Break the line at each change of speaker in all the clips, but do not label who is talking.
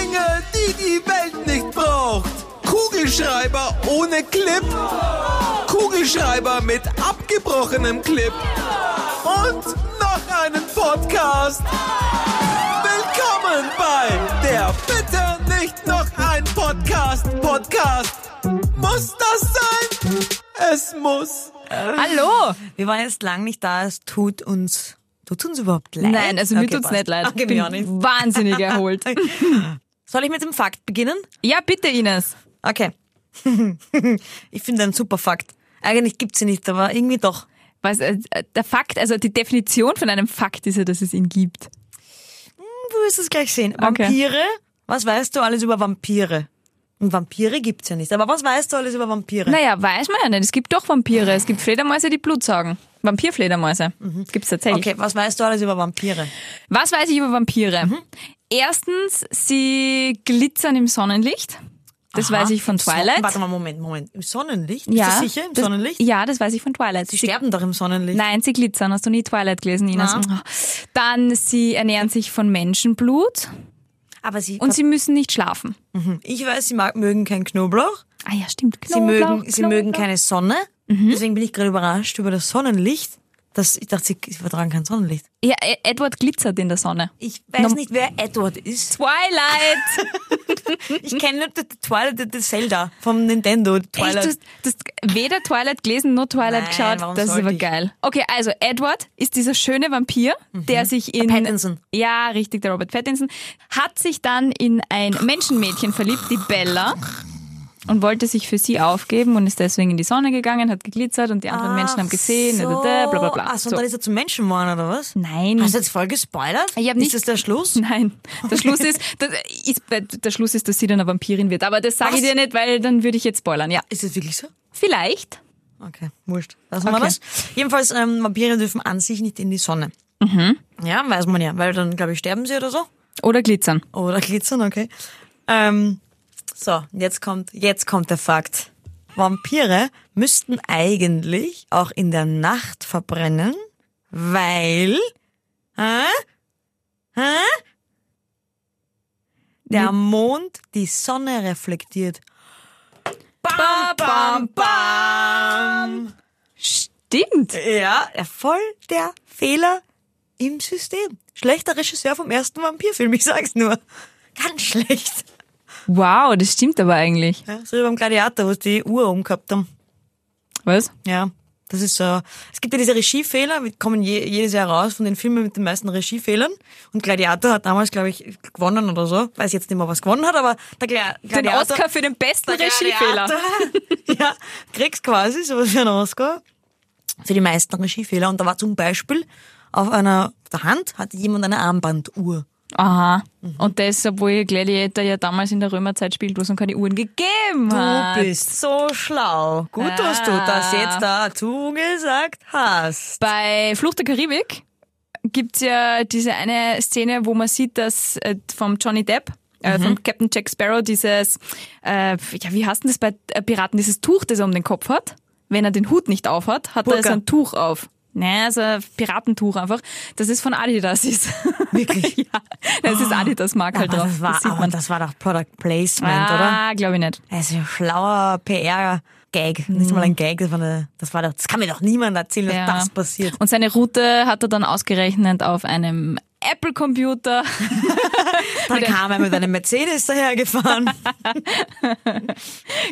Dinge, die die Welt nicht braucht. Kugelschreiber ohne Clip. Kugelschreiber mit abgebrochenem Clip. Und noch einen Podcast. Willkommen bei der Bitte nicht noch ein Podcast. Podcast. Muss das sein? Es muss.
Hallo!
Wir waren jetzt lang nicht da, es tut uns, tut uns überhaupt leid.
Nein, also mir
Okay,
tut's
passt.
nicht leid.
Okay,
bin
mir auch nicht.
wahnsinnig erholt.
Soll ich mit dem Fakt beginnen?
Ja, bitte, Ines.
Okay. ich finde einen super Fakt. Eigentlich gibt's sie nicht, aber irgendwie doch.
Was, äh, der Fakt, also die Definition von einem Fakt ist ja, dass es ihn gibt.
Du wirst es gleich sehen.
Okay.
Vampire? Was weißt du alles über Vampire? Und Vampire gibt's ja nicht. Aber was weißt du alles über Vampire?
Naja, weiß man ja nicht. Es gibt doch Vampire. Es gibt Fledermäuse, die Blut saugen. Vampirfledermäuse. Gibt's tatsächlich.
Mhm. Okay, was weißt du alles über Vampire?
Was weiß ich über Vampire?
Mhm.
Erstens, sie glitzern im Sonnenlicht. Das weiß ich von
Im Son-
Twilight.
Warte mal, Moment, Moment. Im Sonnenlicht?
ja,
Bist du sicher? Im
das,
Sonnenlicht?
Ja, das weiß ich von Twilight.
Sie
Sie-
sterben doch im Sonnenlicht.
Nein, sie glitzern. Hast du nie Twilight gelesen, Ines?
Na.
Dann, sie ernähren sich von Menschenblut
Aber sie,
und sie müssen nicht schlafen.
ich weiß, sie mag, mögen keinen Knoblauch.
Ah ja, stimmt.
Sie
Knoblauch,
mögen,
Knoblauch.
sie
Mhm.
mögen keine Sonne. Deswegen bin ich gerade überrascht über das Sonnenlicht. Das, ich dachte, sie, sie vertragen kein Sonnenlicht.
Ja, E- Edward glitzert in der Sonne.
Ich weiß
Nom-
nicht, wer Edward ist.
Twilight!
Ich kenne nur die die Twilight, die- die Zelda vom Nintendo. die
Echt,
Twilight.
du hast, du hast weder Twilight gelesen noch Twilight
Nein,
geschaut.
warum
Das ist
sollte
aber
ich?
geil. Okay, also Edward ist dieser schöne Vampir, der sich in.
Mhm. Pattinson.
Ja, richtig, der Robert Pattinson. Hat sich dann in ein Menschenmädchen verliebt, die Bella. Und wollte sich für sie aufgeben und ist deswegen in die Sonne gegangen, hat geglitzert und die anderen Menschen haben gesehen.
So.
Bla bla bla.
Ach
So.
so, und dann ist er zum Menschen geworden, oder was?
Nein.
Hast du jetzt voll gespoilert?
Ich hab nicht-
Ist das der Schluss?
Nein, der Schluss ist, das ist, der Schluss ist, dass sie dann eine Vampirin wird. Aber das sage ich
Was?
dir nicht, weil dann würde ich jetzt spoilern. Ja,
Ist das wirklich so?
vielleicht.
Okay, wurscht. Lassen wir
Okay.
das. Jedenfalls, ähm, Vampire dürfen an sich nicht in die Sonne. Mhm. Ja, weiß man ja, weil dann, glaube ich, sterben sie oder so.
Oder glitzern.
Oder glitzern, okay. Ähm, so, jetzt kommt, jetzt kommt der Fakt. Vampire müssten eigentlich auch in der Nacht verbrennen, weil hä? Hä? der
Hm.
Mond die Sonne reflektiert. Bam, bam, Äh. bam.
Stimmt.
Ja, voll der Fehler im System. Schlechter Regisseur vom ersten Vampirfilm, ich sag's nur. Ganz schlecht.
Wow, das stimmt aber eigentlich.
Ja, so wie beim Gladiator, wo sie die Uhr umgehabt haben.
Was?
Ja, das ist so. Es gibt ja diese Regiefehler, die kommen je, jedes Jahr raus von den Filmen mit den meisten Regiefehlern. Und Gladiator hat damals, glaube ich, gewonnen oder so. Weiß jetzt nicht mehr, was gewonnen hat, aber der Gla
Den
Gladiator.
Oscar für den besten
der
Regiefehler.
Gladiator, ja, kriegst quasi sowas wie einen Oscar für die meisten Regiefehler. Und da war zum Beispiel auf einer auf der Hand hatte jemand eine Armbanduhr.
Aha.
Mhm.
Und das, obwohl Gladiator ja damals in der Römerzeit spielt, wo es noch keine Uhren gegeben hat.
bist so schlau. Gut, dass du
Ah.
das jetzt dazu gesagt hast.
Bei Flucht der Karibik gibt's ja diese eine Szene, wo man sieht, dass äh, vom Johnny Depp, äh,
Mhm.
vom Captain Jack Sparrow, dieses, äh, ja, wie heißt denn das bei äh, Piraten, dieses Tuch, das er um den Kopf hat? Wenn er den Hut nicht auf hat, hat er
Burka.
so ein Tuch auf. Naja, so ein Piratentuch einfach. Das ist von Adidas ist.
Wirklich?
ja, das ist Adidas Mark halt drauf.
Ah. das war,
sieht
aber
man.
das war doch Product Placement, oder?
ah, glaube ich nicht.
Das ist ein schlauer PR-Gag. Nicht mal ein Gag, das war, eine, das war doch, das kann mir doch niemand erzählen, dass
Mhm. Ja.
das passiert.
Und seine Route hat er dann ausgerechnet auf einem Apple-Computer.
Dann kam er mit einem Mercedes dahergefahren.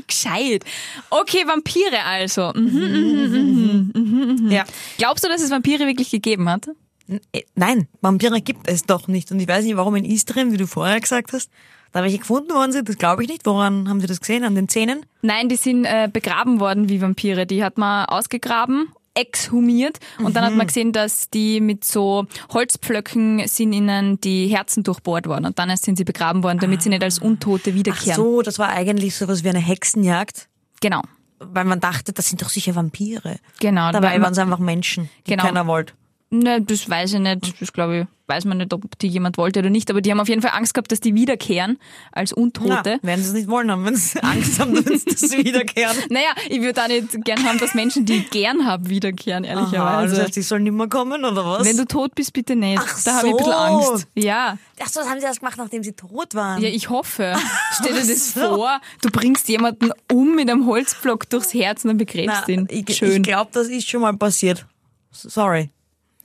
Gescheit. Okay, Vampire also. Mhm.
ja.
Glaubst du, dass es Vampire wirklich gegeben hat?
N- äh, Nein, Vampire gibt es doch nicht. Und ich weiß nicht, warum in Istrien, wie du vorher gesagt hast, da welche gefunden worden sind, das glaube ich nicht. Woran haben sie das gesehen? An den Zähnen?
Nein, die sind äh, begraben worden wie Vampire. Die hat man ausgegraben, exhumiert und dann hat man gesehen, dass die mit so Holzpflöcken sind ihnen die Herzen durchbohrt worden und dann erst sind sie begraben worden, damit sie nicht als Untote
Ach
wiederkehren.
so, das war eigentlich sowas wie eine Hexenjagd,
Genau.
weil man dachte, das sind doch sicher Vampire.
Genau. Weil
Dabei
man-
waren es einfach Menschen, die
Genau.
keiner wollte.
Ne, das weiß ich nicht. Das glaube ich, weiß man nicht, ob die jemand wollte oder nicht. Aber die haben auf jeden Fall Angst gehabt, dass die wiederkehren als
Na,
Untote.
werden sie es nicht wollen haben, wenn sie Angst haben, dass das wiederkehren.
Naja, ich würde auch nicht gern haben, dass Menschen, die ich gern habe, wiederkehren,
Aha, also das
ehrlicherweise.
heißt, die sollen nicht mehr kommen, oder was?
Wenn du tot bist, bitte nicht.
Ach
da habe ich ein bisschen
so.
Angst. Ja.
Ach so, das haben sie erst gemacht, nachdem sie tot waren.
Ja, ich hoffe. Stell dir das
so.
vor, du bringst jemanden um mit einem Holzblock durchs Herz und dann begräbst ihn.
ich ich
Schön.
glaube, das ist schon mal passiert. Sorry.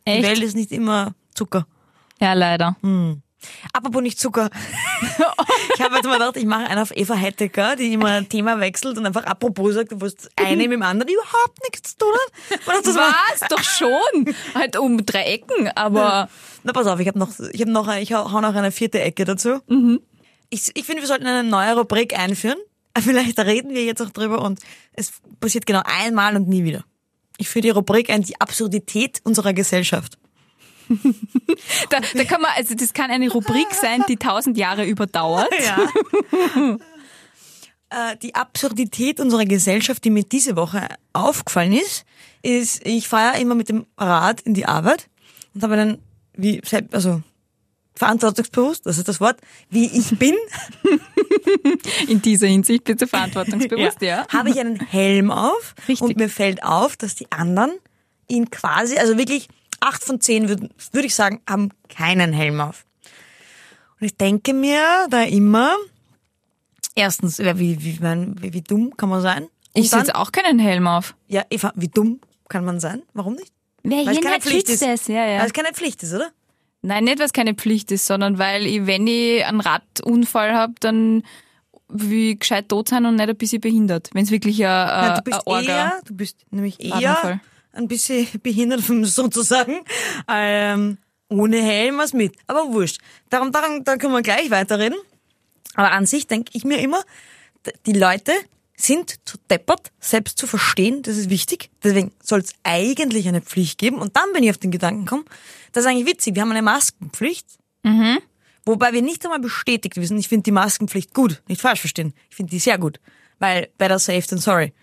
Die Welt Mhm.
Echt?
ist nicht immer Zucker.
Ja, leider.
Apropos nicht Zucker. ich habe jetzt mal gedacht, ich mache einen auf Eva Hettecker, die immer ein Thema wechselt und einfach apropos sagt, du das eine mit dem anderen überhaupt nichts zu tun hat. Man hat das mal-
Was? Doch schon. Halt um drei Ecken, aber
Na pass auf, ich habe noch, ich habe noch, ich hau hau noch eine vierte Ecke dazu. Ich, ich finde, wir sollten eine neue Rubrik einführen. Vielleicht reden wir jetzt auch drüber und es passiert genau einmal und nie wieder. Ich führe die Rubrik ein, die Absurdität unserer Gesellschaft.
da, da kann man, also das kann eine Rubrik sein, die tausend Jahre überdauert.
Ja. Äh, Die Absurdität unserer Gesellschaft, die mir diese Woche aufgefallen ist, ist, ich fahre ja immer mit dem Rad in die Arbeit und habe einen, wie, selbst- also, verantwortungsbewusst, das ist das Wort, wie ich bin,
In dieser Hinsicht bitte verantwortungsbewusst, ja.
habe ich einen Helm auf
Richtig.
und mir fällt auf, dass die anderen ihn quasi, also wirklich acht von zehn würden, würde ich sagen, haben keinen Helm auf. Und ich denke mir da immer, erstens, ja, wie, wie, man, wie, wie dumm kann man sein? Und
Ich
dann,
setze auch keinen Helm auf.
ja, Eva, wie dumm kann man sein? Warum nicht?
Wer
Weil es
jeden
keine
hat,
Pflicht
schützt
ist. Also
es. Ja, ja.
Weil es keine Pflicht ist, oder?
Nein, nicht, weil es keine Pflicht ist, sondern weil ich, wenn ich einen Radunfall habe, dann will ich gescheit tot sein und nicht ein bisschen behindert. Wenn es wirklich ein,
Ja,
ein,
du bist
ein äh, Orga
eher, du bist nämlich eher
Badenfall.
ein bisschen behindert sozusagen, ähm, ohne Helm was mit. Aber wurscht. Darum, darum, da können wir gleich weiterreden. Aber an sich denke ich mir immer, d- die Leute sind zu deppert, selbst zu verstehen, das ist wichtig. Deswegen soll es eigentlich eine Pflicht geben. Und dann bin ich auf den Gedanken gekommen, das ist eigentlich witzig, wir haben eine Maskenpflicht. Mhm. Wobei wir nicht einmal bestätigt wissen, ich finde die Maskenpflicht gut, nicht falsch verstehen. Ich finde die sehr gut, weil better safe than sorry.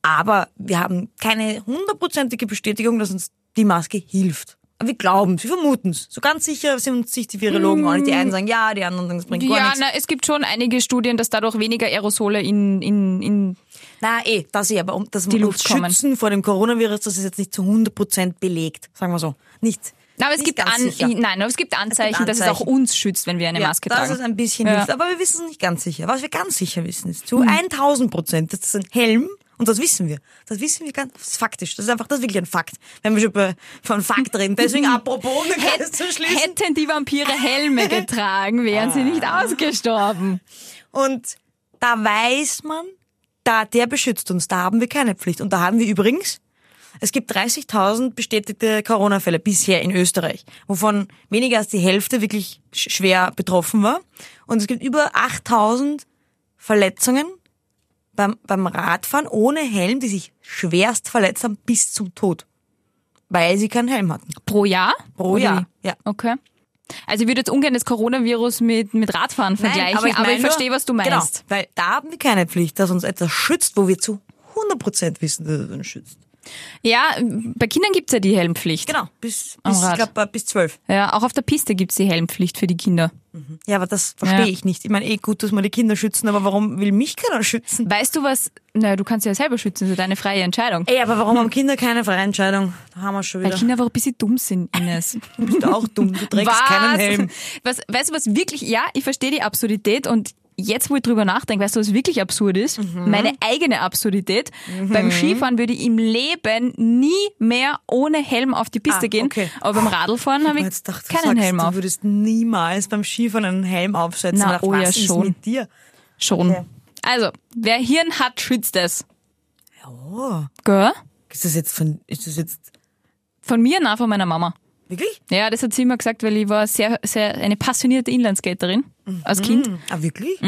Aber wir haben keine hundertprozentige Bestätigung, dass uns die Maske hilft. Aber wir glauben wir vermuten es. So ganz sicher sind uns sich die Virologen auch nicht. Die einen sagen ja, Mhm. die anderen sagen, es bringt gar
Ja,
nichts.
na, es gibt schon einige Studien, dass dadurch weniger Aerosole in, in, in
Na eh, das eh, aber um, dass wir uns
Luft kommen.
schützen vor dem Coronavirus, das ist jetzt nicht zu 100% belegt, sagen wir so. Nicht.
Na, aber es
nicht
gibt,
ganz
an,
sicher.
nein, aber es gibt Anzeichen, dass es auch
Anzeichen.
uns schützt, wenn wir eine
Ja,
Maske
das
tragen.
ist ein bisschen
Ja. Hm.
hilft, aber wir wissen es nicht ganz sicher. Was wir ganz sicher wissen ist, zu 1000 Prozent, das ist ein Helm und das wissen wir. Das wissen wir ganz das ist faktisch. Das ist einfach, das ist wirklich ein Fakt. Wenn wir schon bei, von Fakt reden, deswegen apropos, um den Kreis zu schließen.
Hätten die Vampire Helme getragen, wären sie nicht ausgestorben.
Und da weiß man, da der beschützt uns, da haben wir keine Pflicht. Und da haben wir übrigens, es gibt 30.000 bestätigte Corona-Fälle bisher in Österreich, wovon weniger als die Hälfte wirklich sch- schwer betroffen war. Und es gibt über 8.000 Verletzungen beim, beim Radfahren ohne Helm, die sich schwerst verletzt haben bis zum Tod, weil sie keinen Helm hatten.
Pro Jahr?
Pro
Oder
Jahr,
wie?
ja.
Okay. Also ich würde jetzt ungern das Coronavirus mit, mit Radfahren vergleichen, aber ich,
mein nur-
verstehe, was du meinst.
Genau, weil da haben wir keine Pflicht, dass uns etwas schützt, wo wir zu 100% wissen, dass es uns schützt.
Ja, bei Kindern gibt's ja die Helmpflicht.
Genau, bis,
Am
bis ich
Rad.
glaube, bis 12.
Ja, auch auf der Piste gibt's die Helmpflicht für die Kinder.
Ja, aber das verstehe
Ja.
ich nicht. Ich meine, eh gut, dass wir die Kinder schützen, aber warum will mich keiner schützen?
Weißt du was? Naja, du kannst ja selber schützen, das ist ja deine freie Entscheidung.
Ey, aber warum haben Kinder keine freie Entscheidung? Da haben wir schon
Weil
wieder.
Kinder einfach ein bisschen dumm sind, Ines.
Du bist auch dumm, du trägst
was?
keinen Helm.
Was, weißt du, was wirklich, ja, ich verstehe die Absurdität und jetzt, wo ich drüber nachdenke, weißt du, was wirklich absurd ist?
Mhm.
Meine eigene Absurdität. Beim Skifahren würde ich im Leben nie mehr ohne Helm auf die Piste
Ah,
gehen.
okay.
Aber beim Radlfahren habe
Ich
ich
hab jetzt gedacht, du
keinen
sagst,
Helm
Du
auf.
würdest niemals beim Skifahren einen Helm aufsetzen.
Na,
Ich hab gedacht,
oh ja,
was ist
schon.
mit dir?
Schon. Also, wer Hirn hat, schützt es.
Oh,
Gell?
ist das jetzt von, ist das jetzt,
Von mir nach von meiner Mama.
wirklich?
Ja, das hat sie immer gesagt, weil ich war sehr, sehr eine passionierte Inlineskaterin als Kind.
Ah, wirklich?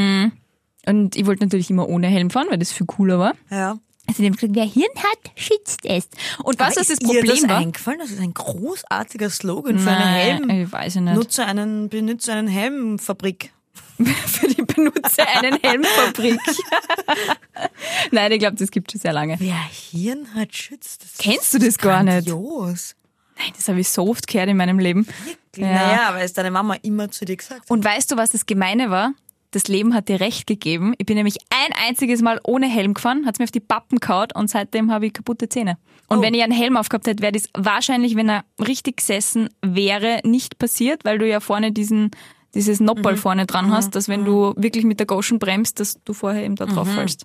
Und ich wollte natürlich immer ohne Helm fahren, weil das viel cooler war.
Ja.
Also die haben gesagt, wer Hirn hat, schützt es. Und was
Aber
das das
ist Äh, ihr das
Problem war?
eingefallen? Das ist ein großartiger Slogan für eine
Nein,
Helm.
ich weiß ja nicht.
Nutze einen, benutze einen Helmfabrik.
Für die benutze einen Helmfabrik. Nein, ich glaube, das gibt schon sehr lange.
Wer Hirn hat, schützt. Das
Kennst du das gar nicht?
Grandios.
Nein, das habe ich so oft gehört in meinem Leben.
Ja. Naja, weil es deine Mama immer zu dir gesagt hat.
Und weißt du, was das Gemeine war? Das Leben hat dir recht gegeben. Ich bin nämlich ein einziges Mal ohne Helm gefahren, hat's mir auf die Pappen kaut und seitdem habe ich kaputte Zähne. Und
Oh.
wenn ich einen Helm aufgehabt hätte, wäre das wahrscheinlich, wenn er richtig gesessen wäre, nicht passiert, weil du ja vorne diesen, dieses Noppal vorne dran hast, dass wenn du wirklich mit der Goschen bremst, dass du vorher eben da drauf fällst.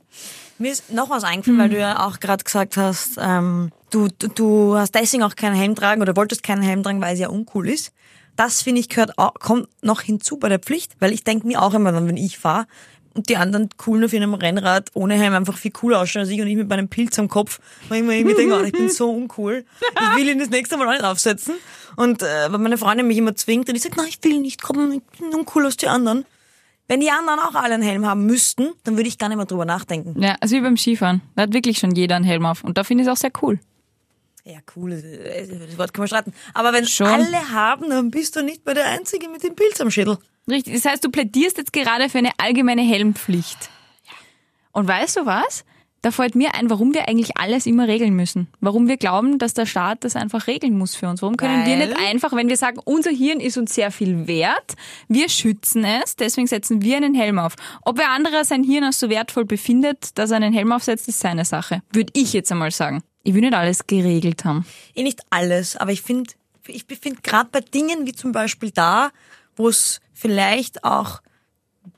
Mir ist noch was eingefallen, weil du ja auch gerade gesagt hast, ähm, du, du, du hast deswegen auch keinen Helm tragen oder wolltest keinen Helm tragen, weil es ja uncool ist. Das finde ich gehört auch, kommt noch hinzu bei der Pflicht, weil ich denke mir auch immer dann, wenn ich fahre und die anderen coolen auf ihrem Rennrad ohne Helm einfach viel cooler ausschauen als ich und ich mit meinem Pilz am Kopf, weil ich mir irgendwie denke, oh, ich bin so uncool. Ich will ihn das nächste Mal auch nicht aufsetzen. Und äh, weil meine Freundin mich immer zwingt und ich sage, nein, ich will nicht kommen, ich bin uncool als die anderen. Wenn die anderen auch alle einen Helm haben müssten, dann würde ich gar nicht mehr drüber nachdenken.
Ja, also wie beim Skifahren. Da hat wirklich schon jeder einen Helm auf. Und da finde ich es auch sehr cool.
Ja, cool, äh, über das Wort können wir streiten. Aber wenn
Schon.
alle haben, dann bist du nicht mehr der Einzige mit dem Pilz am Schädel.
Richtig. Das heißt, du plädierst jetzt gerade für eine allgemeine Helmpflicht. Und weißt du was? Da fällt mir ein, warum wir eigentlich alles immer regeln müssen. Warum wir glauben, dass der Staat das einfach regeln muss für uns. Warum können wir
Weil-
nicht einfach, wenn wir sagen, unser Hirn ist uns sehr viel wert, wir schützen es, deswegen setzen wir einen Helm auf. Ob wer anderer sein Hirn als so wertvoll befindet, dass er einen Helm aufsetzt, ist seine Sache. Würde ich jetzt einmal sagen. Ich will nicht alles geregelt haben.
Eh nicht alles, aber ich finde, ich finde gerade bei Dingen wie zum Beispiel da, wo es vielleicht auch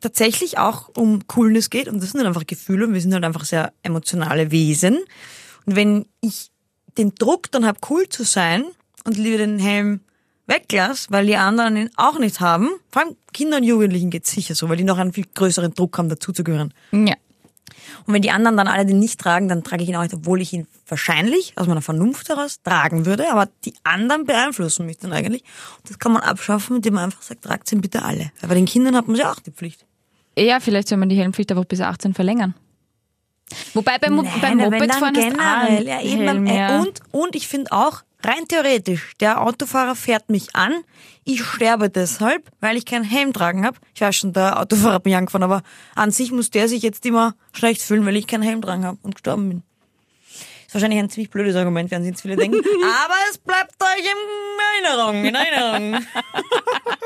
tatsächlich auch um Coolness geht und das sind halt einfach Gefühle und wir sind halt einfach sehr emotionale Wesen. Und wenn ich den Druck dann habe, cool zu sein und lieber den Helm weglasse, weil die anderen ihn auch nicht haben, vor allem Kindern und Jugendlichen geht's sicher so, weil die noch einen viel größeren Druck haben, dazuzugehören.
Ja.
Und wenn die anderen dann alle den nicht tragen, dann trage ich ihn auch nicht, obwohl ich ihn wahrscheinlich aus meiner Vernunft heraus tragen würde. Aber die anderen beeinflussen mich dann eigentlich. Und das kann man abschaffen, indem man einfach sagt, tragt ihn bitte alle. Weil bei den Kindern hat man ja auch die Pflicht.
Ja, vielleicht soll man die Helmpflicht einfach bis 18 verlängern. Wobei beim, Mo beim
aber wenn
Moped
dann
fahren hast du auch einen
generell, ja, eben,
Helm,
äh,
ja.
Und, und ich finde auch, rein theoretisch, der Autofahrer fährt mich an. Ich sterbe deshalb, weil ich keinen Helm tragen habe. Ich weiß schon, der Autofahrer hat mich angefahren, aber an sich muss der sich jetzt immer schlecht fühlen, weil ich keinen Helm tragen habe und gestorben bin. Ist wahrscheinlich ein ziemlich blödes Argument, werden sich jetzt viele denken. aber es bleibt euch in Erinnerung, in Erinnerung.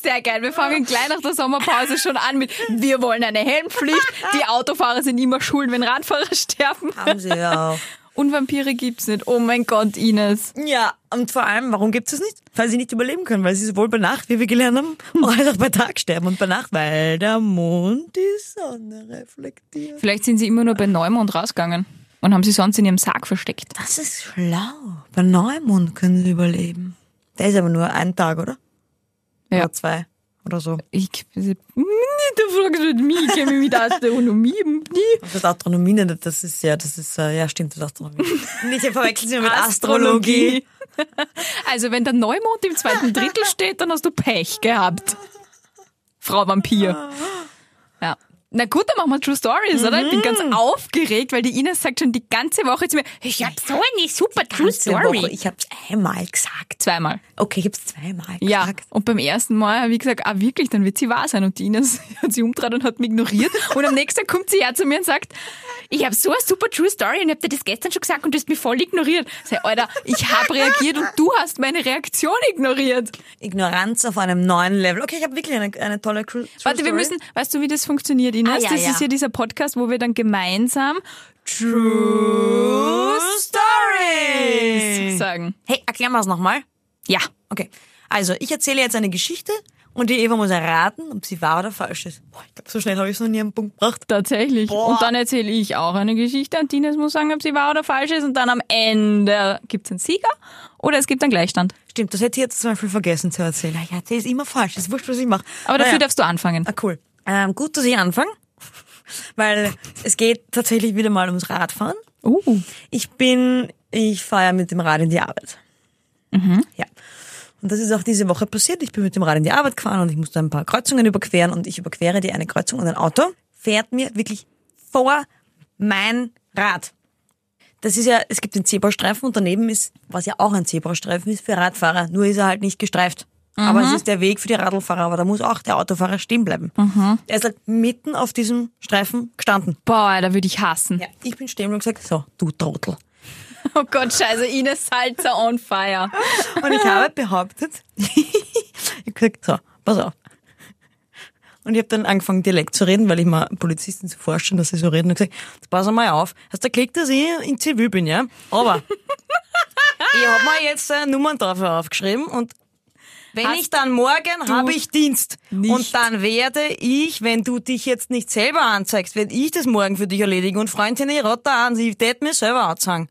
Sehr geil, wir fangen
Oh.
gleich nach der Sommerpause schon an mit Wir wollen eine Helmpflicht, die Autofahrer sind immer schuld, wenn Radfahrer sterben
Haben sie ja auch.
und Vampire gibt's nicht. Oh mein Gott, Ines.
Ja, und vor allem, warum gibt es es nicht? Weil sie nicht überleben können, weil sie sowohl bei Nacht, wie wir gelernt haben, als auch bei Tag sterben und bei Nacht, weil der Mond die Sonne reflektiert.
Vielleicht sind sie immer nur bei Neumond rausgegangen und haben sie sonst in ihrem Sarg versteckt.
Das ist schlau. Bei Neumond können sie überleben. Der ist aber nur ein Tag, oder?
Ja.
Oder zwei oder so.
Ich, du fragst mit mir, ich kenne mich mit Astronomie.
Das ist Astronomie, nicht, das ist ja, das ist äh, ja stimmt, das ist Astronomie. nicht verwechseln Sie mit Astrologie.
Also wenn der Neumond im zweiten Drittel steht, dann hast du Pech gehabt. Frau Vampir. Ja. Na gut, dann machen wir True Stories, oder? Ich bin ganz
Mhm.
aufgeregt, weil die Ines sagt schon die ganze Woche zu mir, ich hab so eine super True
Ganze
Story.
Woche. Ich habe es einmal gesagt.
Zweimal.
Okay, ich habe es zweimal
Ja.
gesagt.
Und beim ersten Mal habe ich gesagt, ah wirklich, dann wird sie wahr sein. Und die Ines hat sie umgedreht und hat mich ignoriert. Und am nächsten Tag kommt sie her zu mir und sagt, ich habe so eine super True Story und ich habe dir das gestern schon gesagt und du hast mich voll ignoriert. Sei, Alter, ich habe reagiert und du hast meine Reaktion ignoriert.
Ignoranz auf einem neuen Level. Okay, ich habe wirklich eine, eine tolle True True
Warte,
Story.
wir müssen, weißt du, wie das funktioniert, Ines?
Ah, ja,
das
ja.
ist hier dieser Podcast, wo wir dann gemeinsam
True Stories.
sagen.
Hey, erklären wir es nochmal.
Ja.
Okay. Also, ich erzähle jetzt eine Geschichte und die Eva muss erraten, ob sie wahr oder falsch ist. Boah, ich glaube, so schnell habe ich es noch nie am Punkt gebracht.
Tatsächlich.
Boah.
Und dann erzähle ich auch eine Geschichte und Ines muss sagen, ob sie wahr oder falsch ist. Und dann am Ende gibt es einen Sieger oder es gibt einen Gleichstand.
Stimmt, das hätte ich jetzt zum Beispiel vergessen zu erzählen. Ja, ich erzähle es immer falsch. Das ist wurscht, was ich mache.
Aber dafür
Naja.
darfst du anfangen.
Ah, cool. Ähm, gut, dass ich anfange, weil es geht tatsächlich wieder mal ums Radfahren.
Uh.
Ich bin, ich fahre ja mit dem Rad in die Arbeit. Ja. Und das ist auch diese Woche passiert. Ich bin mit dem Rad in die Arbeit gefahren und ich musste ein paar Kreuzungen überqueren und ich überquere die eine Kreuzung und ein Auto fährt mir wirklich vor mein Rad. Das ist ja, es gibt den Zebrastreifen und daneben ist, was ja auch ein Zebrastreifen ist für Radfahrer, nur ist er halt nicht gestreift. Aber es ist der Weg für die Radlfahrer, aber da muss auch der Autofahrer stehen bleiben. Er ist halt mitten auf diesem Streifen gestanden.
Boah, da würde ich hassen.
Ja, ich bin stehen und gesagt, so, du Trottel.
Oh Gott, scheiße, Ines Salzer on fire.
Und ich habe behauptet, ich hab gesagt, so, pass auf. Und ich habe dann angefangen, Dialekt zu reden, weil ich mir Polizisten so vorstelle, dass sie so reden. Und gesagt, jetzt pass mal auf, hast du gekriegt, dass ich in Zivil bin, ja? Aber ich habe mir jetzt äh, Nummern drauf aufgeschrieben und wenn
Hast
ich dann morgen habe ich Dienst und
nicht.
dann werde ich, wenn du dich jetzt nicht selber anzeigst, werde ich das morgen für dich erledigen und Freundin, ich rotte an, ich tät mir selber anzeigen.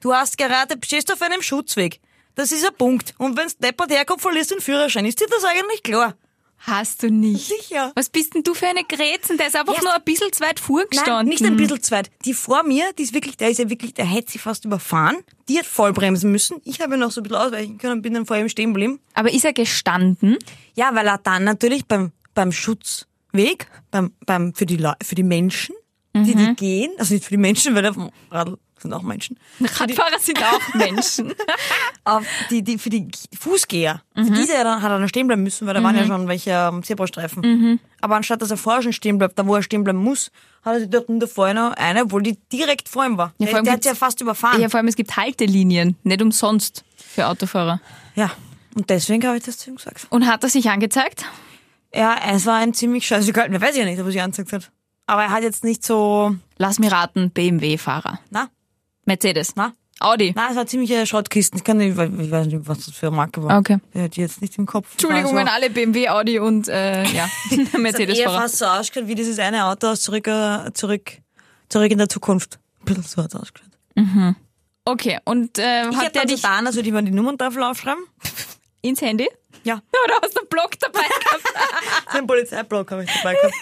Du hast gerade, stehst auf einem Schutzweg. Das ist ein Punkt. Und wenn's deppert herkommt, verlierst du den Führerschein. Ist dir das eigentlich klar?
Hast du nicht.
Sicher.
Was bist denn du für eine Grätzen? Der ist einfach
Ja.
nur ein bisschen zu weit
Nein,
vorgestanden.
nicht ein bisschen zu weit. Die vor mir, die ist wirklich, der ist ja wirklich, der hätte sie fast überfahren. Die hat voll bremsen müssen. Ich habe ja noch so ein bisschen ausweichen können und bin dann vor ihm stehen geblieben.
Aber ist er gestanden?
Ja, weil er dann natürlich beim, beim Schutzweg, beim, beim, für die Leu für die Menschen, die, die gehen, also nicht für die Menschen, weil auf dem Radl sind auch Menschen,
Radfahrer sind auch Menschen.
auf die, die, für die Fußgänger. Für
Mhm.
diese hat er hat er noch stehen bleiben müssen, weil da waren ja schon welche am Zebrastreifen.
Mhm.
Aber anstatt dass er vorher schon stehen bleibt, da wo er stehen bleiben muss, hat er sich dort nur vorher noch eine, obwohl die direkt vor ihm war.
Ja, vor
der
allem
der hat
gibt's-
sie ja fast überfahren.
Ja, vor allem es gibt Haltelinien, nicht umsonst für Autofahrer.
Ja, und deswegen habe ich das zu ihm gesagt.
Und hat er sich angezeigt? Ja,
Es war ein ziemlich scheiße Gehalt. Wer weiß ja nicht, ob er sie angezeigt hat. Aber er hat jetzt nicht so,
Lass mir raten, BMW-Fahrer.
na,
Mercedes.
na,
Audi.
na, es war ziemliche Schrottkisten. Ich kann nicht, ich weiß nicht, was das für eine Marke war.
Okay.
Ich hatte die jetzt nicht im Kopf. Also,
Entschuldigung an alle BMW, Audi und äh, ja,
Es hat eher
Mercedes-Fahrer.
eh fast so ausgeschaut, wie dieses eine Auto aus zurück, äh, zurück, zurück in der Zukunft. Ein bisschen so hat es ausgeschaut.
Okay, und äh,
Ich
hat
hätte
der
dann so
dich
getan, als würde ich mir die Nummerntafel aufschreiben.
ins Handy?
Ja,
Oder hast du einen Block dabei gehabt?
den Polizeiblock habe ich dabei gehabt.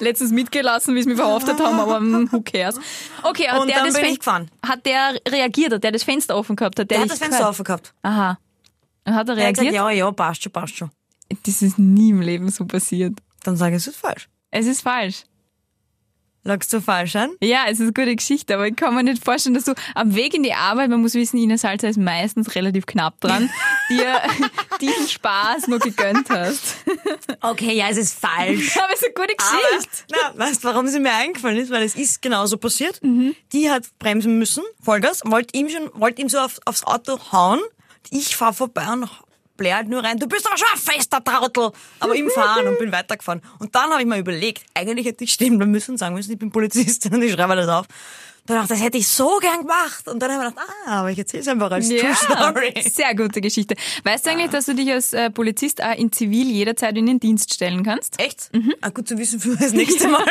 Letztens mitgelassen, wie sie mich verhaftet haben, aber mm, who cares. Okay, hat
Und
der
dann
das
bin
Fen-
ich gefahren.
Hat der reagiert? Hat der das Fenster offen gehabt? Hat der,
Der hat
dich
das Fenster
gehört?
offen gehabt.
Aha. Und hat er
Er hat
reagiert?
gesagt, ja, ja, passt schon, passt schon.
Das ist nie im Leben so passiert.
Dann sage ich, es ist falsch.
Es ist falsch.
Lagst du falsch an?
Ja, es ist eine gute Geschichte, aber ich kann mir nicht vorstellen, dass du am Weg in die Arbeit, man muss wissen, Ines Salzer ist meistens relativ knapp dran, dir diesen Spaß nur gegönnt hast.
Okay, ja, es ist falsch.
Aber es ist eine gute
Aber,
Geschichte.
na, weißt du, warum sie mir eingefallen ist? Weil es ist genauso passiert. Die hat bremsen müssen, Vollgas, wollte ihm schon, wollte ihm so auf, aufs Auto hauen. Ich fahr vorbei und blär halt nur rein, du bist doch schon ein fester Trottel. Aber ihm fahren und bin weitergefahren. Und dann habe ich mir überlegt, eigentlich hätte ich stehen bleiben müssen und sagen müssen, ich bin Polizistin und ich schreibe das auf. Dann dachte ich, das hätte ich so gern gemacht. Und dann habe ich gedacht, ah, aber ich erzähle es einfach als True Story.
sehr gute Geschichte. Weißt du eigentlich, dass du dich als äh, Polizist auch in Zivil jederzeit in den Dienst stellen kannst?
Echt? Ah, gut zu wissen für das nächste Mal.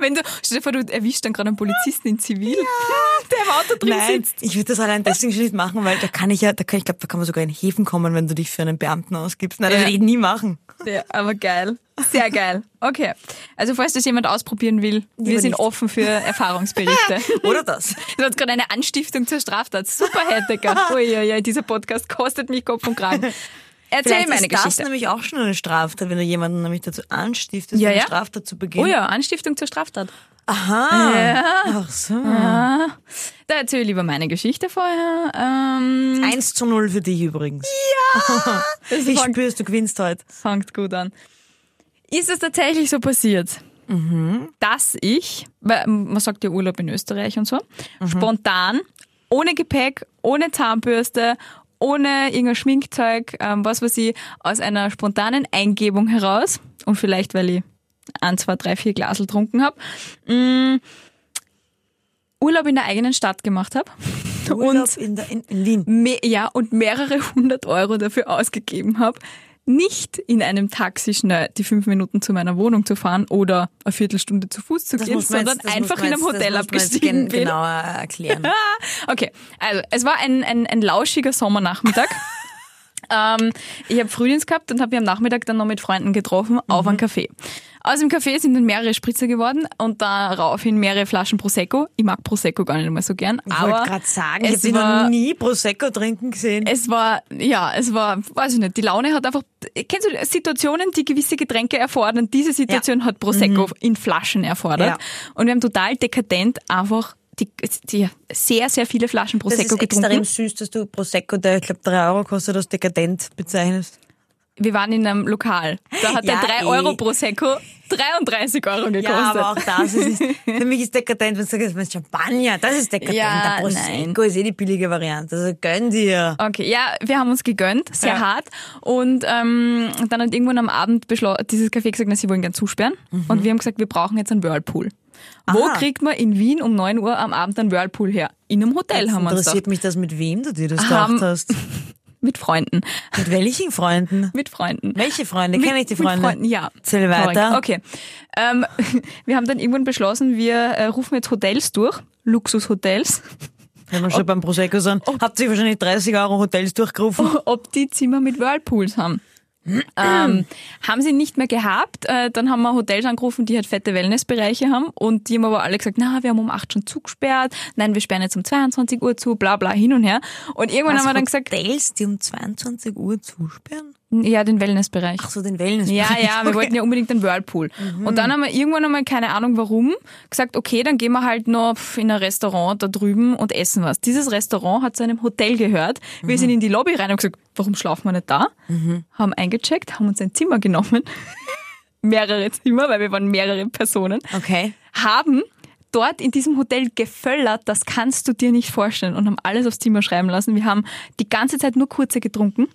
Wenn du, stell dir vor, du erwischst dann gerade einen Polizisten in Zivil, der im Auto drin
Nein,
sitzt.
ich würde das allein deswegen schon nicht machen, weil da kann ich ja, da kann, ich glaube, da kann man sogar in Häfen kommen, wenn du dich für einen Beamten ausgibst. Nein, das
Ja.
würde ich nie machen.
Ja, aber geil. Sehr geil. Okay. Also falls das jemand ausprobieren will, wir
Lieber
sind
nicht.
offen für Erfahrungsberichte.
Oder das.
Du hast gerade eine Anstiftung zur Straftat. Super, Herr Decker. Uiuiui, dieser Podcast kostet mich Kopf und Kragen. Erzähl
Vielleicht
meine
ist das
Geschichte.
nämlich auch schon eine Straftat, wenn du jemanden nämlich dazu anstiftest,
Ja,
eine
ja.
Straftat zu begehen.
Oh ja, Anstiftung zur Straftat.
Aha. Ach so.
Ah, da erzähl lieber meine Geschichte vorher. Ähm,
1 zu 0 für dich übrigens. Ja! ich
war-
spür's, du gewinnst heute.
fangt gut an. Ist es tatsächlich so passiert, dass ich, weil ähm, man sagt ja Urlaub in Österreich und so, spontan, ohne Gepäck, ohne Zahnbürste, ohne irgendein Schminkzeug, ähm, was weiß ich, aus einer spontanen Eingebung heraus, und vielleicht weil ich ein, zwei, drei, vier Glasel getrunken habe, Urlaub in der eigenen Stadt gemacht habe.
Urlaub in, der, in, in Wien.
me ja, und mehrere hundert Euro dafür ausgegeben habe, nicht in einem Taxi schnell die fünf Minuten zu meiner Wohnung zu fahren oder eine Viertelstunde zu Fuß zu gehen,
muss man
sondern
jetzt- das
einfach
muss man
in einem
jetzt- das
Hotel
muss man jetzt
abgestiegen
gen- genau.
bin.
Genauer erklären.
Okay, also es war ein, ein, ein lauschiger Sommernachmittag. ähm, ich habe Frühdienst gehabt und habe mich am Nachmittag dann noch mit Freunden getroffen auf
Mhm.
einen Café. Aus dem Café sind dann mehrere Spritzer geworden und daraufhin mehrere Flaschen Prosecco. Ich mag Prosecco gar nicht mehr so gern.
Ich
aber
wollte gerade sagen, ich
es
habe dich
war-
noch nie Prosecco trinken gesehen.
es war, ja, es war, weiß ich nicht, die Laune hat einfach, kennst du Situationen, die gewisse Getränke erfordern? Diese Situation hat Prosecco in Flaschen erfordert.
Mhm. Ja.
Und wir haben total dekadent einfach die, die sehr, sehr viele Flaschen
Das
Prosecco
ist
getrunken.
extrem süß, dass du Prosecco, der ich glaube 3 Euro kostet, als dekadent bezeichnest.
Wir waren in einem Lokal. Da hat
Ja,
der
eh.
3 Euro Prosecco 33 Euro gekostet.
Ja, aber auch das ist nicht, für mich ist dekadent, wenn du sagst, wenn Champagner, das ist dekadent.
Ja, Oh,
der Prosecco ist eh die billige Variante. Also gönn dir.
Okay, ja, wir haben uns gegönnt, sehr
Ja.
hart. Und ähm, dann hat irgendwann am Abend beschlo- dieses Café gesagt, na, sie wollen gern zusperren. Und wir haben gesagt, wir brauchen jetzt einen Whirlpool. Wo
Mhm. Aha.
kriegt man in Wien um 9 Uhr am Abend einen Whirlpool her? In einem Hotel
Jetzt
haben wir uns
interessiert
gedacht.
mich das, mit wem du dir das
Haben-
gedacht hast.
Mit Freunden.
Mit welchen Freunden?
Mit Freunden.
Welche Freunde? Kenne ich die
Mit-
Freunde?
Mit Freunden, ja.
Erzähl
Korrekt.
weiter.
Okay. Ähm, wir haben dann irgendwann beschlossen, wir äh, rufen jetzt Hotels durch, Luxushotels,
Wenn
Oh.
wir schon beim Prosecco sind, habt ihr wahrscheinlich 30 Euro Hotels durchgerufen.
ob die Zimmer mit Whirlpools haben. ähm, haben sie nicht mehr gehabt. Äh, dann haben wir Hotels angerufen, die halt fette Wellnessbereiche haben. Und die haben aber alle gesagt, na, wir haben um 8 schon zugesperrt. Nein, wir sperren jetzt um 22 Uhr zu, bla bla, hin und her. Und irgendwann haben wir dann gesagt,
Hotels, die um 22 Uhr zusperren?
ja, den Wellnessbereich.
Ach so, den Wellness.
Ja, ja, wir wollten ja unbedingt den Whirlpool. Und dann haben wir irgendwann einmal, keine Ahnung warum, gesagt, okay, dann gehen wir halt noch pf, in ein Restaurant da drüben und essen was. Dieses Restaurant hat zu einem Hotel gehört. Wir sind in die Lobby rein und gesagt, warum schlafen wir nicht da? Haben eingecheckt, haben uns ein Zimmer genommen. mehrere Zimmer, weil wir waren mehrere Personen.
Okay.
Haben dort in diesem Hotel geföllert, das kannst du dir nicht vorstellen. Und haben alles aufs Zimmer schreiben lassen. Wir haben die ganze Zeit nur kurze getrunken,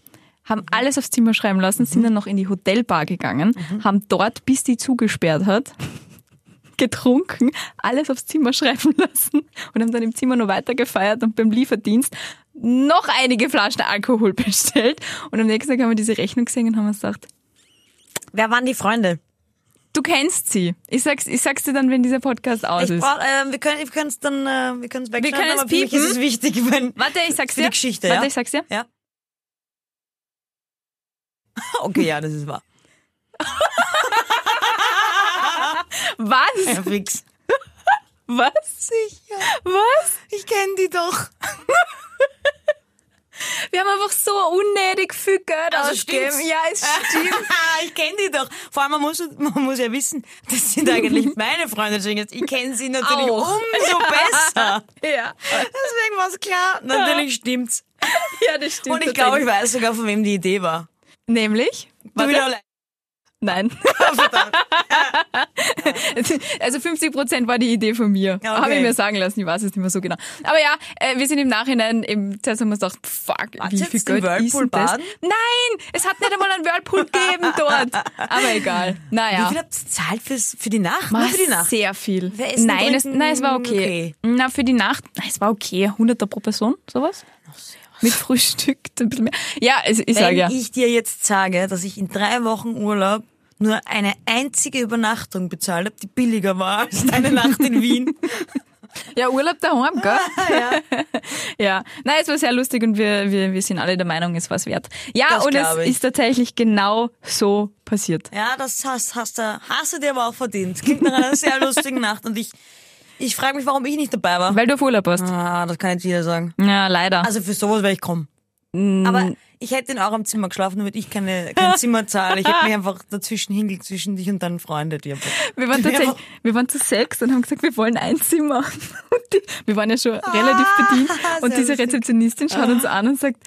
haben alles aufs Zimmer schreiben lassen, sind dann noch in die Hotelbar gegangen, haben dort, bis die zugesperrt hat, getrunken, alles aufs Zimmer schreiben lassen und haben dann im Zimmer noch weiter gefeiert und beim Lieferdienst noch einige Flaschen Alkohol bestellt. Und am nächsten Tag haben wir diese Rechnung gesehen und haben uns gedacht,
Wer waren die Freunde?
Du kennst sie. Ich sag's, ich sag's dir dann, wenn dieser Podcast aus
Ich
ist.
brauch, ähm, wir können wir können es dann äh, wir können es wegschneiden,
können es
aber für mich
piepen.
ist es wichtig, wenn
Warte, ich sag's
für
dir.
die Geschichte,
Warte,
ja?
ich sag's dir.
Ja. Okay, ja, das ist wahr.
Was?
Ja, fix.
Was?
Sicher.
Was?
Ich kenne die doch.
Wir haben einfach so unnötig viel Geld
Also
ausgegeben.
stimmt's?
Ja, es stimmt.
ich kenne die doch. Vor allem, man muss, man muss ja wissen, das sind eigentlich meine Freunde. Deswegen, jetzt- ich kenne sie natürlich
Auch.
umso besser.
ja.
Deswegen war es klar. Natürlich stimmt's.
ja, das stimmt.
Und ich glaube, ich weiß sogar, von wem die Idee war.
Nämlich?
Du wieder allein.
Nein. also 50 Prozent war die Idee von mir.
Ja, okay.
Habe ich mir sagen lassen, ich weiß es nicht mehr so genau. Aber ja, äh, wir sind im Nachhinein, im zuerst haben wir uns gedacht, fuck, wie
jetzt
viel
im
Geld ist denn
Whirlpool
das?
baden?
Nein, es hat nicht einmal einen Whirlpool gegeben dort. Aber egal. Naja.
Wie viel habt ihr gezahlt fürs, für die Nacht? Nur
Ma,
für die Nacht?
Sehr viel.
Wer ist denn
nein,
drin?
es, nein, es war okay.
Okay.
Na, für die Nacht, nein, es war okay. 100er pro Person, sowas. Mit Frühstück, ein bisschen mehr. Ja, es- ich
Wenn
sage ja.
ich dir jetzt sage, dass ich in drei Wochen Urlaub nur eine einzige Übernachtung bezahlt habe, die billiger war als deine Nacht in Wien.
Ja, Urlaub daheim, gell?
Ah,
ja. Nein, es war sehr lustig und wir, wir, wir sind alle der Meinung, es war es wert. Ja,
Das
und es
glaub ich.
ist tatsächlich genau so passiert.
Ja, das hast, hast, du, hast du dir aber auch verdient. Klingt nach einer sehr lustigen Nacht und ich, ich frage mich, warum ich nicht dabei war.
Weil du auf Urlaub warst.
Ah, das kann jetzt jeder sagen.
Ja, leider.
Also für sowas wäre ich kommen.
Mm.
Aber ich hätte in eurem Zimmer geschlafen, damit ich keine, kein Zimmer zahle. Ich hätte mich einfach dazwischen hingelegt, zwischen dich und deinen Freunden. die einfach-
wir, waren tatsächlich, wir waren zu sechs und haben gesagt, wir wollen ein Zimmer. Und die, wir waren ja schon relativ bedient. Und
Ah, sehr
diese
lustig.
Rezeptionistin schaut uns an und sagt,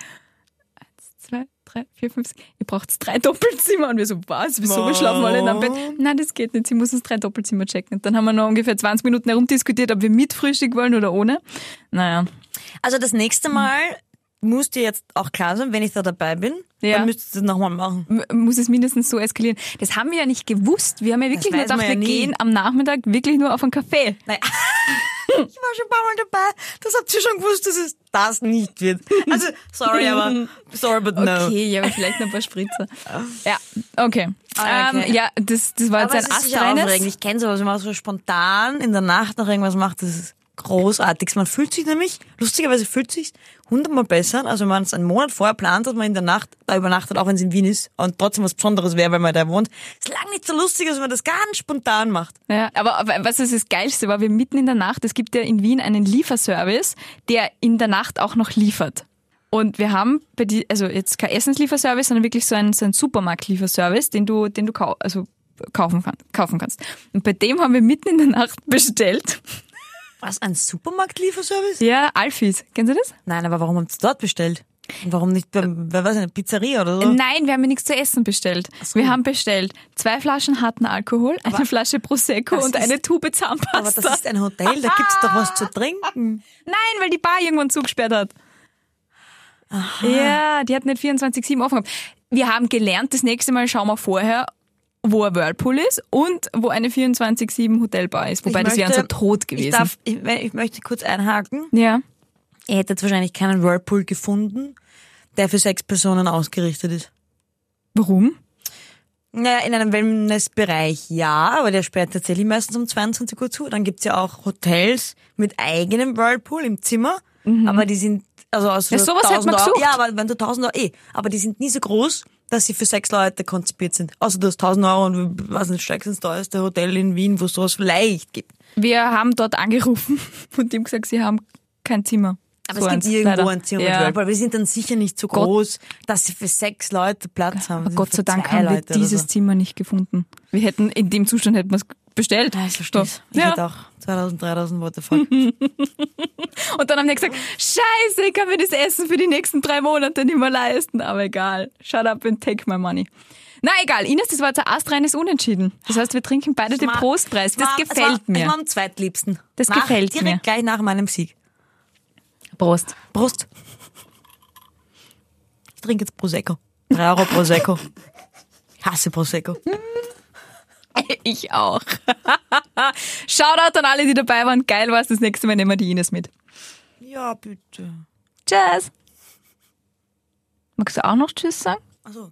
eins, zwei, drei, vier, fünf, sechs. ihr braucht drei Doppelzimmer. Und wir so, was, wieso, wir schlafen alle in einem Bett. Nein, das geht nicht, sie muss uns drei Doppelzimmer checken. Und dann haben wir noch ungefähr 20 Minuten herumdiskutiert, ob wir mit Frühstück wollen oder ohne. Naja,
Also das
Mm.
nächste Mal muss dir jetzt auch klar sein, wenn ich da dabei bin,
Ja.
dann müsstest du das nochmal machen.
m- muss es mindestens so eskalieren. Das haben wir ja nicht gewusst. Wir haben ja wirklich nur
weiß man
gedacht,
ja
wir
nie.
gehen am Nachmittag wirklich nur auf einen Café.
Nein. Ich war schon ein paar Mal dabei. Das habt ihr schon gewusst, dass es das nicht wird. Also, sorry, aber sorry, but no.
Okay, ja, aber vielleicht noch ein paar Spritzer. ja, okay.
Ah, okay.
Ähm, ja, das, das war jetzt
Aber es
ein
ist sicher aufregend.
astreines.
Ich kenne sowas, wenn man so spontan in der Nacht noch irgendwas macht, das ist großartig. Man fühlt sich nämlich, lustigerweise fühlt sich hundertmal besser, als wenn man es einen Monat vorher plant, dass man in der Nacht da übernachtet, auch wenn es in Wien ist und trotzdem was Besonderes wäre, weil man da wohnt. Ist lang nicht so lustig, als wenn man das ganz spontan macht.
Ja, aber aber was ist das Geilste war, wir mitten in der Nacht, es gibt ja in Wien einen Lieferservice, der in der Nacht auch noch liefert. Und wir haben bei die, also jetzt kein Essenslieferservice, sondern wirklich so einen, so einen Supermarktlieferservice, den du, den du kau also kaufen, kann, kaufen kannst. Und bei dem haben wir mitten in der Nacht bestellt.
Was, ein Supermarktlieferservice?
Ja, Alfis, kennen Sie das?
Nein, aber warum haben sie dort bestellt? Warum nicht bei, bei was, einer Pizzeria oder so?
Nein, wir haben ja nichts zu essen bestellt. Wir haben bestellt zwei Flaschen harten Alkohol, eine Flasche Prosecco
Das
und
ist-
eine Tube
Aber das
Zahnpasta.
ist ein Hotel, da gibt's doch was zu trinken.
Nein, weil die Bar irgendwann zugesperrt hat. Ja, die hat nicht 24-7 offen gehabt. Wir haben gelernt, das nächste Mal schauen wir vorher, wo ein Whirlpool ist und wo eine 24-7 Hotelbar ist. Wobei,
Ich
das wäre
möchte-
unser Tod gewesen.
Ich, darf, ich, ich möchte kurz einhaken.
ja.
Ihr hättet wahrscheinlich keinen Whirlpool gefunden, der für sechs Personen ausgerichtet ist.
Warum?
Naja, in einem Wellnessbereich ja, aber der sperrt tatsächlich meistens um 22 Uhr zu. Dann gibt's ja auch Hotels mit eigenem Whirlpool im Zimmer, aber die sind, also aus
Ja, sowas hätte
1000
man
Euro,
gesucht.
Mhm. ja, aber wenn du 1000 Euro, eh, aber die sind nie so groß, dass sie für sechs Leute konzipiert sind. Außer du hast 1000 Euro und, weiß nicht, steigst ins teuerste Hotel in Wien, wo es sowas vielleicht gibt.
Wir haben dort angerufen und die haben gesagt, sie haben kein Zimmer.
Aber
So
es gibt
eins,
irgendwo
leider.
ein Zimmer
Ja.
mit Whirlpool, aber die sind dann sicher nicht so
Gott-
groß, dass sie für sechs Leute Platz haben.
Aber
sind
Gott
für
sei Dank
zwei
haben wir
Leute oder
dieses
so.
Zimmer nicht gefunden. Wir hätten, in dem Zustand hätten wir es bestellt.
Ja, Ah, ich verstehe. Ich
Ja.
hätte auch 2000, 3000 Worte voll.
Und dann haben die gesagt, scheiße, ich kann mir das Essen für die nächsten drei Monate nicht mehr leisten. Aber egal, shut up and take my money. Na egal, Ines, das war jetzt ein astreines Unentschieden. Das heißt, wir trinken beide den
Smart.
Prostpreis. Das
war-
gefällt
es war, Ich
mir.
war also, am zweitliebsten.
Das
nach,
gefällt
direkt
mir.
gleich nach meinem Sieg.
Prost.
Brust. Ich trinke jetzt Prosecco. 3 Euro Prosecco. Ich hasse Prosecco.
Hm? Ich auch. Shoutout an alle, die dabei waren. Geil war's. Das nächste Mal nehmen wir die Ines mit.
Ja, bitte.
Tschüss. Magst du auch noch Tschüss sagen?
Also.